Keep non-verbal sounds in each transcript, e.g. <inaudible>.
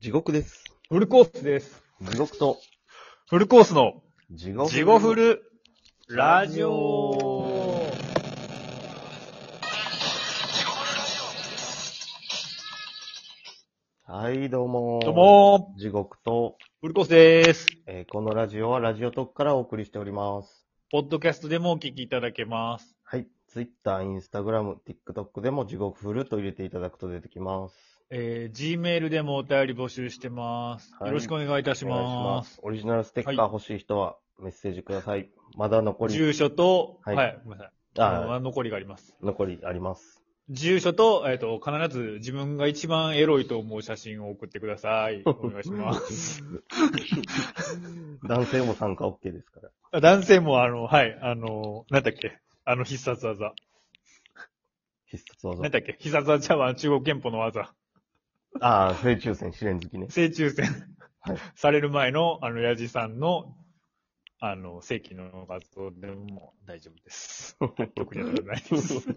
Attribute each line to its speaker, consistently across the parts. Speaker 1: 地獄です。
Speaker 2: フルコースです。
Speaker 1: 地獄と、
Speaker 2: フルコースの、
Speaker 1: 地獄。
Speaker 2: ジゴフ。ル、ラ
Speaker 1: ラ
Speaker 2: ジ
Speaker 1: ジ
Speaker 2: オ
Speaker 1: オはい、どうも。
Speaker 2: どう。も
Speaker 1: 地獄と、
Speaker 2: ー、フルコースです。
Speaker 1: えーこのラジオはラジオトークからお送りしております。
Speaker 2: ポッドキャストでもお聞きいただけます。
Speaker 1: はい。Twitter、Instagram、TikTok でも地獄フルと入れていただくと出てきます。
Speaker 2: えー、Gmail でもお便り募集してます。
Speaker 1: はい
Speaker 2: よろしくお願いいたし
Speaker 1: お願いし
Speaker 2: ま。
Speaker 1: ますす。オリジナルステッカー欲しい人はメッセージください。まだ残り、
Speaker 2: 住所と、は、
Speaker 1: はいい
Speaker 2: ごめんなさい。あ
Speaker 1: あ
Speaker 2: の残りがあります。
Speaker 1: 残りあります。
Speaker 2: 住所と、えっ、と、必ず自分が一番エロいと思う写真を送ってください。お願いします。
Speaker 1: 男性も参加 OK ですから。
Speaker 2: 男性も、あの、はい、あの、なんだっけ、あの必殺技。
Speaker 1: 必殺技
Speaker 2: なん。だっけ、必殺技は中国憲法の技。
Speaker 1: ああ、正抽選、試練好きね。
Speaker 2: 正抽選
Speaker 1: はい
Speaker 2: される前の、あの、やじさんの、あの、正規の画像でも大丈
Speaker 1: <laughs>
Speaker 2: 夫です。特にはないです。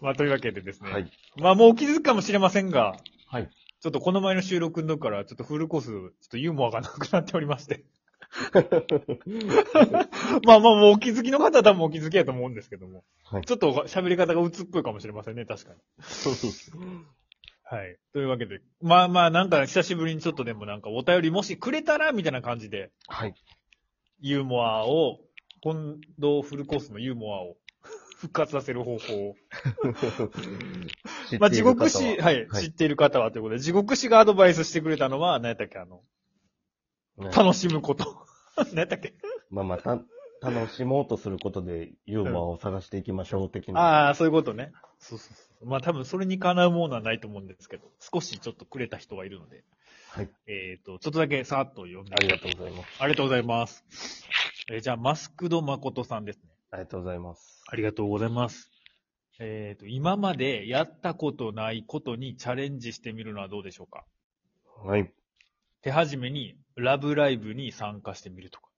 Speaker 2: まあ、というわけでですね。
Speaker 1: はい。
Speaker 2: まあ、もうお気づくかもしれませんが、
Speaker 1: はい。
Speaker 2: ちょっとこの前の収録の時から、ちょっとフルコース、ちょっとユーモアがなくなっており
Speaker 1: <laughs>
Speaker 2: まして。まあまあ、もうお気づきの方は多分お気づきやと思うんですけども。
Speaker 1: はい
Speaker 2: ちょっと喋り方が鬱っぽいかもしれませんね、確かに。はい。というわけで、まあまあ、なんか久しぶりにちょっとでもなんかお便りもしくれたら、みたいな感じで、
Speaker 1: はい。
Speaker 2: ユーモアを、近藤フルコースのユーモアを <laughs> 復活させる方法を。まあ、地獄
Speaker 1: 知ってい
Speaker 2: 師、
Speaker 1: る
Speaker 2: はい、
Speaker 1: はい
Speaker 2: 知っている方はということで、地獄師がアドバイスしてくれたのは、何やったっけ、あの、
Speaker 1: 方は、ね
Speaker 2: 楽しむこと。 <laughs> 何やったっけ
Speaker 1: まあまあ、た、楽しもうとすることでユーモアを探していきましょう的な。
Speaker 2: ああ、そういうことね。そうそうそう。まあ多分それにかなうものはないと思うんですけど、少しちょっとくれた人はいるので、
Speaker 1: はい。
Speaker 2: えっ、と、ちょっとだけさーっと読んで
Speaker 1: ありがとうございます。
Speaker 2: ありがとうございます。えーじゃあ、マスクド誠さんですね。
Speaker 1: ありがとうございます。
Speaker 2: ありがとうございます。えっ、と、今までやったことないことにチャレンジしてみるのはどうでしょうか
Speaker 1: はい。
Speaker 2: 手始めに、ラブライブに参加してみるとか。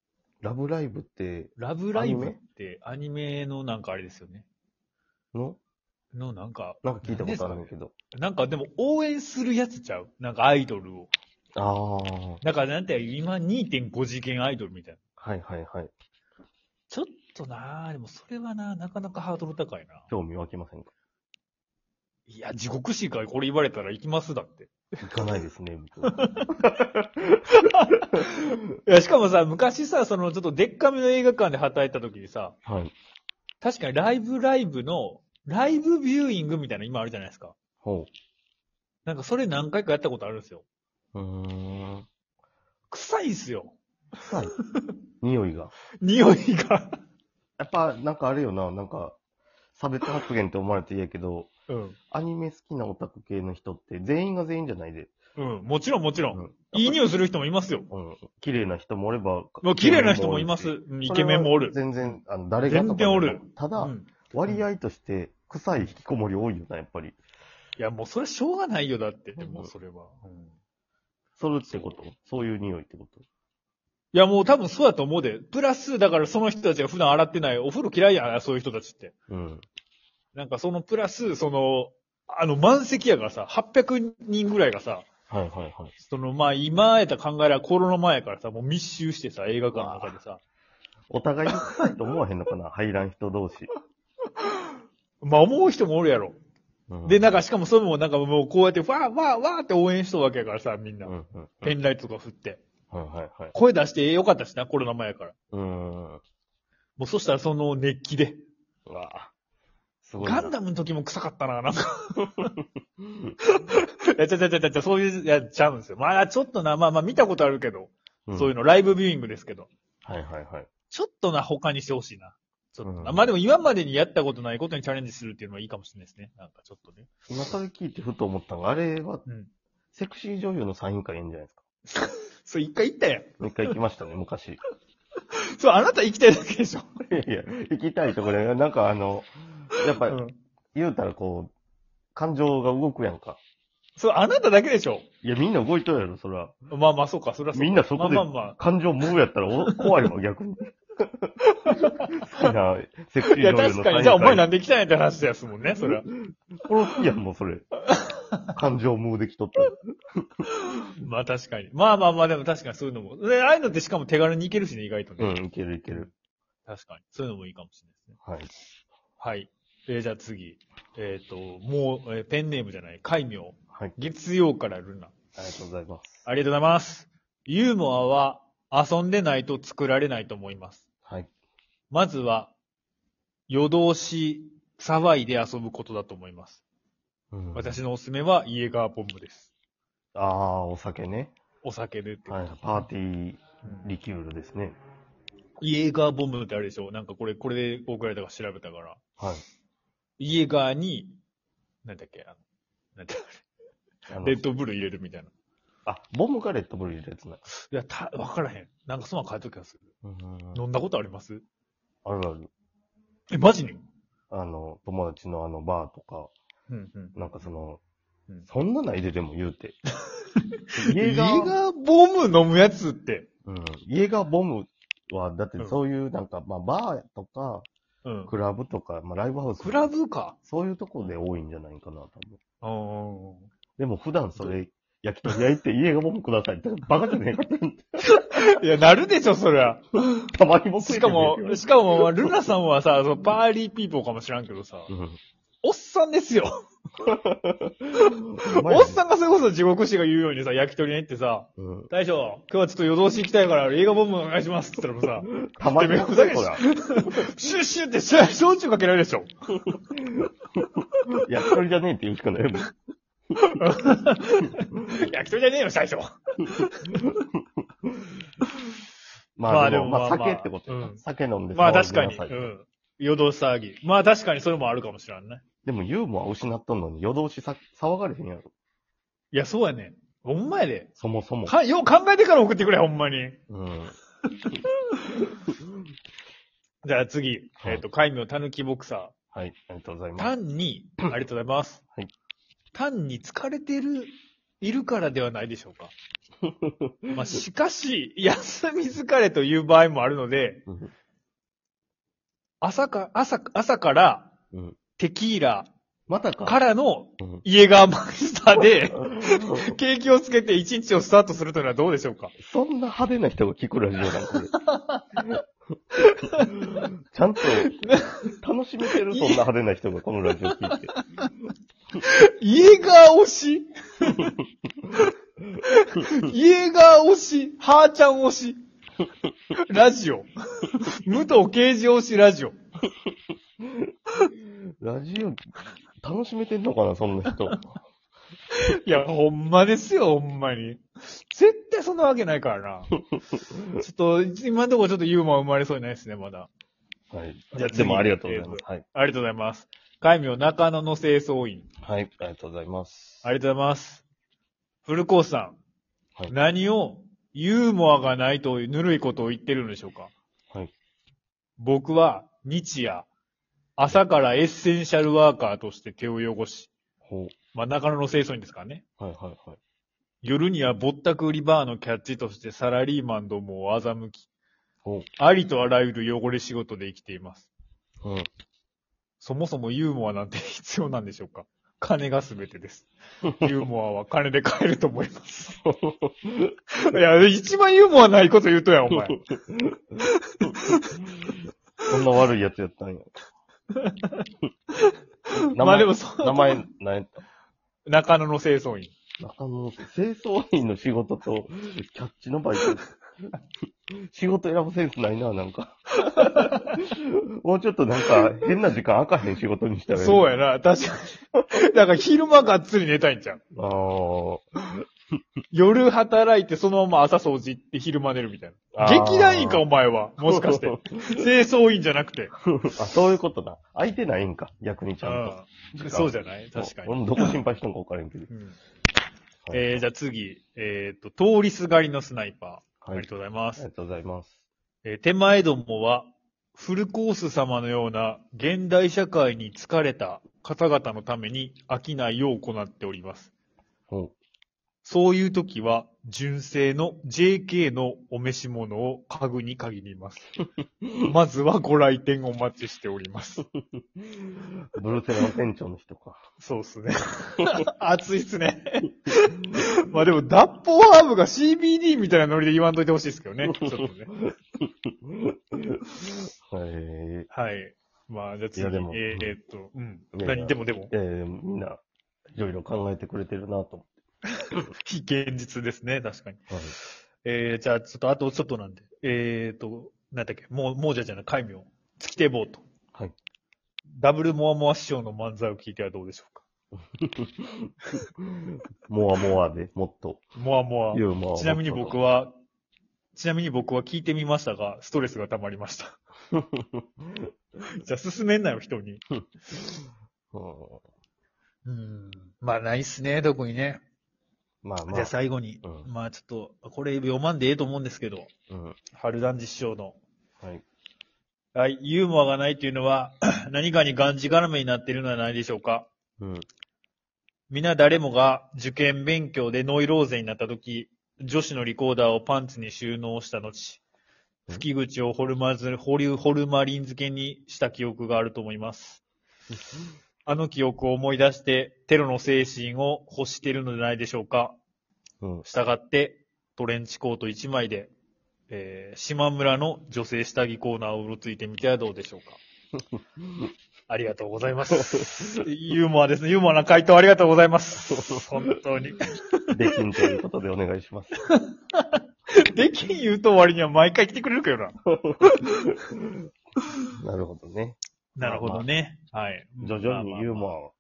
Speaker 1: ラブライブって、
Speaker 2: ラブライブ
Speaker 1: アニメ
Speaker 2: ってアニメのなんかあれですよね。
Speaker 1: の
Speaker 2: のなんか、
Speaker 1: なんか聞いたことあるんだけど。
Speaker 2: なんかでも応援するやつちゃうなんかアイドルを。
Speaker 1: ああ。
Speaker 2: だからなんて今2.5次元アイドルみたいな。
Speaker 1: はいはいはい。
Speaker 2: ちょっとなぁ、でもそれはな、なかなかハードル高いな。
Speaker 1: 興味湧きませんか
Speaker 2: いや、地獄師からこれ言われたら行きますだって。
Speaker 1: 行かないですね、僕は。
Speaker 2: いや、しかもさ、昔さ、そのちょっとでっかめの映画館で働いた時にさ、
Speaker 1: はい。
Speaker 2: 確かにライブライブの、ライブビューイングみたいなの今あるじゃないですか。
Speaker 1: ほ
Speaker 2: なんかそれ何回かやったことあるんですよ。
Speaker 1: う。うー
Speaker 2: <laughs>
Speaker 1: ん。
Speaker 2: 臭いっすよ。
Speaker 1: はい。匂いが。
Speaker 2: 匂いが。
Speaker 1: やっぱ、なんかあれよな、なんか、差別発言って思われて嫌やけど、
Speaker 2: うん。
Speaker 1: アニメ好きなオタク系の人って全員が全員じゃないで。
Speaker 2: うん。もちろんもちろん。
Speaker 1: うん
Speaker 2: いい匂いする人もいますよ。
Speaker 1: うん。綺麗な人もおれば。
Speaker 2: もう綺麗な人もいます。うんイケメンもおる。
Speaker 1: 全然、あの、誰がとか
Speaker 2: 全然おる。
Speaker 1: た
Speaker 2: う
Speaker 1: だ、
Speaker 2: ん。
Speaker 1: 割合として、臭い引きこもり多いよな、やっぱり。
Speaker 2: いや、もうそれしょうがないよ、だって。
Speaker 1: うん
Speaker 2: もうそれは。うん
Speaker 1: それってことそういう匂いってこと
Speaker 2: いや、もう多分そうだと思うで。プラス、だからその人たちが普段洗ってない、お風呂嫌いやな、そういう人たちって。
Speaker 1: うん。
Speaker 2: なんかそのプラス、その、あの満席やからさ、800人ぐらいがさ、
Speaker 1: はいはいはい。
Speaker 2: そのまあ今やったら考えられコロナ前やからさ、もう密集してさ、映画館の中でさ。
Speaker 1: お互いに臭いと思わへんのかな <laughs> 入らん人同士。
Speaker 2: まあ思う人もおるや
Speaker 1: う
Speaker 2: ろ。
Speaker 1: ん
Speaker 2: で、なんかしかもそれもなんかもうこうやって、わーわーわーって応援しとるわけやからさ、みん
Speaker 1: う
Speaker 2: な。
Speaker 1: んうんうん。
Speaker 2: ペンライトとか振って。
Speaker 1: はいはいはい。
Speaker 2: 声出してよかったしな、コロナ前やから。
Speaker 1: うん。う
Speaker 2: もうそしたらその熱気で。
Speaker 1: わすごい
Speaker 2: ガ
Speaker 1: な。
Speaker 2: ンダムの時も臭かったな、なんか。 <laughs> いや、ちゃちゃちゃちゃちゃ、そういう、いや、ちゃうんですよ。まあ、ちょっとな、まあまあ見たことあるけど、
Speaker 1: うん
Speaker 2: そういうの、ライブビューイングですけど、
Speaker 1: はいはいはい。ち
Speaker 2: ちょっとな、他にしてほしいな。ちょっとな。
Speaker 1: うん
Speaker 2: まあでも今までにやったことないことにチャレンジするっていうのはいいかもしれないですね。なんかちょっとね。
Speaker 1: 今それ聞いてふと思ったのが、あれは
Speaker 2: うん。
Speaker 1: セクシー女優のサイン会やんじゃないですか。
Speaker 2: それ一回行ったやん。
Speaker 1: もう一回行きましたね、昔。い
Speaker 2: そう、あなた生きてるだけでしょ。
Speaker 1: やいや、行きたいところで、なんかあの、やっぱ、
Speaker 2: うん。
Speaker 1: 言うたらこう、感情が動くやんか。
Speaker 2: そう、あなただけでしょ。
Speaker 1: いや、みんな動いとるやろ、そら。
Speaker 2: まあまあ、そうか、それはうか
Speaker 1: みんなそこで
Speaker 2: まあまあまあ。
Speaker 1: 感情無やったらお怖いわ、逆
Speaker 2: <laughs>
Speaker 1: に。好きな、セクシー
Speaker 2: いや、
Speaker 1: 女優
Speaker 2: 確
Speaker 1: の
Speaker 2: か
Speaker 1: サイン
Speaker 2: に。
Speaker 1: 会。
Speaker 2: じゃあ、お前なんで来たんや <laughs> って話ですもんね、それは。
Speaker 1: これ好きやん、もうそれ。感情無できとった。
Speaker 2: まあ確かに。まあまあまあ、でも確かにそういうのも。で、ああいうのってしかも手軽に行けるしね、意外と
Speaker 1: う
Speaker 2: ね。
Speaker 1: ん、いけるいける。
Speaker 2: 確かに。そういうのもいいかもしれないですね。
Speaker 1: はい。
Speaker 2: はい。えーじゃあ次。えっ、と、もう、えーペンネームじゃない、戒名。
Speaker 1: はい。
Speaker 2: 月曜からルナ。
Speaker 1: ありがとうございます。
Speaker 2: ありがとうございます。ユーモアは遊んでないと作られないと思います。
Speaker 1: はい。
Speaker 2: まずは、夜通し、騒いで遊ぶことだと思います。
Speaker 1: うん、
Speaker 2: 私のおすすめは、イエガーボンブです。
Speaker 1: ああ、お酒ね。
Speaker 2: お酒でってこと、
Speaker 1: はい。パーティー
Speaker 2: うん
Speaker 1: リキュールですね。
Speaker 2: イエガーボンブってあれでしょなんかこれ、これで送られたから調べたから。
Speaker 1: はい。
Speaker 2: イエガーに、なんだっけ、あの、なんだっ
Speaker 1: あの
Speaker 2: けレッドブル入れるみたいな。
Speaker 1: あ、ボムがレッドブル入れるやつね。
Speaker 2: いや、た、わからへん。なんかそんなん書いときはする。
Speaker 1: うん
Speaker 2: 飲んだことあります
Speaker 1: あるある。
Speaker 2: え、マジに
Speaker 1: あの、友達のあのバーとか、
Speaker 2: うんうん。
Speaker 1: なんかその、
Speaker 2: うん
Speaker 1: そんなないででも言う
Speaker 2: <laughs>
Speaker 1: て。
Speaker 2: イ
Speaker 1: 家
Speaker 2: エガ
Speaker 1: が
Speaker 2: ーボム飲むやつって。
Speaker 1: うん。家がボムは、だってそういうなんか、まあバーとか、
Speaker 2: うん。
Speaker 1: クラブとか、まあライブハウス。
Speaker 2: クラブか。
Speaker 1: そういうとこで多いんじゃないかな、多分。
Speaker 2: うん。
Speaker 1: でも普段それ、焼き鳥焼いて家がボムくださいって、バカじゃねえかって、
Speaker 2: いや、なるでしょ、そりゃ。
Speaker 1: たまにも食
Speaker 2: <laughs> し
Speaker 1: い
Speaker 2: か
Speaker 1: てん
Speaker 2: も
Speaker 1: ねんけ、ど
Speaker 2: しかも、ルナさんはさ、そのパーリーピーポーかもしらんけどさ、おっさんですよ。
Speaker 1: うん。
Speaker 2: おっさんがそれこそ地獄師が言うようにさ、焼き鳥屋行ってさ、
Speaker 1: んうん。
Speaker 2: 大将、今日はちょっと夜通し行きたいから、映画ボムお願いしますって言ったらもう
Speaker 1: たまにも食いてんねんけど
Speaker 2: さ、シュッシュってシュ焼酎かけられるでしょ。
Speaker 1: 焼き鳥じゃねえって言うしかないもん。
Speaker 2: 焼き鳥じゃねえよ、大将。
Speaker 1: まあでも、まあ
Speaker 2: まあ
Speaker 1: 酒ってこと
Speaker 2: う
Speaker 1: や
Speaker 2: ん
Speaker 1: な。酒飲んで
Speaker 2: <laughs> まあ
Speaker 1: 騒
Speaker 2: 確
Speaker 1: ぎ
Speaker 2: か
Speaker 1: な
Speaker 2: に、
Speaker 1: さ
Speaker 2: う
Speaker 1: い。
Speaker 2: ん。夜通し騒ぎ。まあ確かにそれもあるかもしらんね。
Speaker 1: でもユーモア失っとんのに夜通しさ騒がれへんやろ。
Speaker 2: いや、そうやね。ほんまやで。
Speaker 1: そもそも。
Speaker 2: か、よう考えてから送ってくれ、ほんまに。
Speaker 1: うん。
Speaker 2: じゃあ次、
Speaker 1: はい
Speaker 2: えっ、と、海名たぬきボクサ
Speaker 1: はい、ありがとうござい
Speaker 2: ー。
Speaker 1: ます。
Speaker 2: 単に、ありがとうございます。
Speaker 1: はい
Speaker 2: 単に疲れてる、いるからではないでしょ
Speaker 1: <laughs>
Speaker 2: うか。まあ、しかし、休み疲れという場合もあるので、
Speaker 1: うん
Speaker 2: 朝か、朝、朝から、
Speaker 1: うん
Speaker 2: テキーラ
Speaker 1: またか。
Speaker 2: からの
Speaker 1: うん <laughs>
Speaker 2: イエガーマスターで、景気をつけて一日をスタートするというのはどうでしょうか
Speaker 1: そんな派手な人が聞くラジオなんこれ。 <laughs> ちゃんと、楽しめてる、そんな派手な人がこのラジオ聞いて。
Speaker 2: イエガー
Speaker 1: <laughs>
Speaker 2: 推しイエガー推し、ハーちゃん推し、ラジオ。武藤刑事推しラジオ。
Speaker 1: ラジオ、楽しめてんのかな、そんな人。
Speaker 2: いや、ほんまですよ、ほんまに。絶対そんなわけないから
Speaker 1: <laughs>
Speaker 2: な。ちょっと、今のところちょっとユーモア生まれそうにないですね、まだ。
Speaker 1: はい。
Speaker 2: じゃあ次
Speaker 1: でもありがとうございます。はい。
Speaker 2: ありがとうございます。海名中野の清掃員。
Speaker 1: はい、ありがとうございます。
Speaker 2: ありがとうございます。フルコースさん。
Speaker 1: はい
Speaker 2: 何を、ユーモアがないとぬるいことを言ってるんでしょうか
Speaker 1: はい。
Speaker 2: 僕は、日夜、朝からエッセンシャルワーカーとして手を汚し、
Speaker 1: ほ
Speaker 2: まあ、中野の清掃員ですからね。
Speaker 1: う。はいはいはい。
Speaker 2: 夜にはぼったく売りバーのキャッチとしてサラリーマンどもを欺き、
Speaker 1: ほ
Speaker 2: ありとあらゆる汚れ仕事で生きています。
Speaker 1: う。
Speaker 2: <laughs>
Speaker 1: うん。
Speaker 2: そもそもユーモアなんて必要なんでしょうか金が全て
Speaker 1: <laughs>
Speaker 2: です。ユーモアは金で買えると思います。いや、一番ユーモアないこと言うとや、お前。
Speaker 1: そんな悪いやつやったん
Speaker 2: <laughs>
Speaker 1: や。名
Speaker 2: まあ
Speaker 1: 前、
Speaker 2: でもそう、
Speaker 1: 名前、何やった
Speaker 2: 中野の清掃員。
Speaker 1: 中野、清掃員の仕事と、キャッチのバイト。仕事選ぶセンスないな、なん
Speaker 2: <laughs>
Speaker 1: か。もうちょっとなんか、変な時間開かへん仕事にしたらいい。
Speaker 2: そうやな、確かに。だから昼間がっつり寝たいんじゃん。
Speaker 1: あー
Speaker 2: 夜働いてそのまま朝掃除行って昼間寝るみたいな。
Speaker 1: あー
Speaker 2: 劇団員か、お前は。もしかして。清掃員じゃなく
Speaker 1: <laughs>
Speaker 2: て。
Speaker 1: あ、そういうことな。空いてないんか、逆にちゃんと。
Speaker 2: うんそうじゃない確かに。
Speaker 1: 俺もどこ心配してんか分からへんけど。
Speaker 2: うん
Speaker 1: はい
Speaker 2: えー、じゃあ次。えっ、と、通りすがりのスナイパー。
Speaker 1: はい
Speaker 2: ありがとうございま
Speaker 1: あ
Speaker 2: す
Speaker 1: り。がとうございます。
Speaker 2: えー手前どもは、フルコース様のような現代社会に疲れた方々のために商いを行っております。
Speaker 1: ほ
Speaker 2: そういう時は、純正の JK のお召し物を家具に限
Speaker 1: <laughs>
Speaker 2: ります。まずはご来店お待ちしております。
Speaker 1: ブルセラの店長の人か。
Speaker 2: そうっすね。 <laughs> 暑いっすね。まあでも、脱法ハーブが CBD みたいなノリで言わんといてほしいですけど
Speaker 1: <laughs>
Speaker 2: ね。ちょっとね。
Speaker 1: <laughs> はい。
Speaker 2: はい。まあ、じゃあ次、
Speaker 1: いやでも
Speaker 2: えーえーっと、うん。
Speaker 1: いやいや
Speaker 2: 何でもでも、
Speaker 1: えー、みんな、いろいろ考えてくれてるなと思
Speaker 2: 非現実ですね、確かに。
Speaker 1: って。はい。
Speaker 2: えー、じゃあ、ちょっと、あとちょっとなんで、えーと、なんだっけ、もう、もうじゃじゃない、戒名、月手坊と。
Speaker 1: はい。
Speaker 2: ダブルモアモア師匠の漫才を聞いてはどうでしょうか。
Speaker 1: モアモアで、もっと。
Speaker 2: モアモ
Speaker 1: ユーモアを
Speaker 2: ア。ちなみに僕は、ちなみに僕は聞いてみましたが、ストレスが溜まりま
Speaker 1: <laughs>
Speaker 2: した。じゃあ、進めんなよ、人に。
Speaker 1: うん
Speaker 2: うん。まあ、ないっすね、特にね。
Speaker 1: まあま
Speaker 2: じゃあ、
Speaker 1: あ。
Speaker 2: 最後に、
Speaker 1: うん
Speaker 2: まあ、ちょっと、これ読まんでええと思うんですけど、
Speaker 1: うん。は
Speaker 2: 春団実師匠の
Speaker 1: い。
Speaker 2: はい、ユーモアがないというのは、 <clears throat> 何かにがんじがらめになっているのではないでしょうか。
Speaker 1: うん。
Speaker 2: 皆誰もが受験勉強でノイローゼになった時、女子のリコーダーをパンツに収納した後、
Speaker 1: うん
Speaker 2: 吹き口をホルマズ、ホリュホルマリン漬けにした記憶があると思います。あの記憶を思い出して、テロの精神を欲しているのではないでしょうか。
Speaker 1: うん。
Speaker 2: したがって、トレンチコート1枚で、えー、島村の女性下着コーナーをうろついてみてはどうでしょうか。
Speaker 1: <laughs>
Speaker 2: ありがとうございます。ユーモアですね。ユーモアな回答ありがとうございます。本当に。
Speaker 1: できんということでお願いします。
Speaker 2: できん言うと終わりには毎回来てくれるけどな。
Speaker 1: <laughs> なるほどね。
Speaker 2: なるほどね。はい。
Speaker 1: 徐々にユーモアを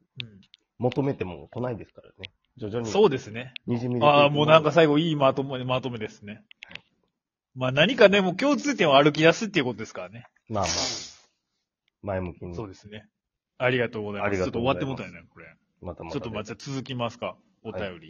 Speaker 1: 求めても来ないですからね。徐々
Speaker 2: うん
Speaker 1: に。
Speaker 2: そうですね。
Speaker 1: にじみ出ていく
Speaker 2: ああ、もうなんか、最後いいまとめ、まとめですね。まあ何かね、もう共通点を歩き出すっていうことですからね。
Speaker 1: まあまあ。前向き
Speaker 2: そう
Speaker 1: に。
Speaker 2: ですね。ありがとうございま
Speaker 1: あり
Speaker 2: す。ちょ
Speaker 1: が
Speaker 2: っ
Speaker 1: と
Speaker 2: と
Speaker 1: う
Speaker 2: 終
Speaker 1: ご
Speaker 2: わっ
Speaker 1: ざいます
Speaker 2: てもうたよね、これ。
Speaker 1: またま
Speaker 2: ちょ
Speaker 1: た。
Speaker 2: っとまあ、じゃあ続きますか。お便り。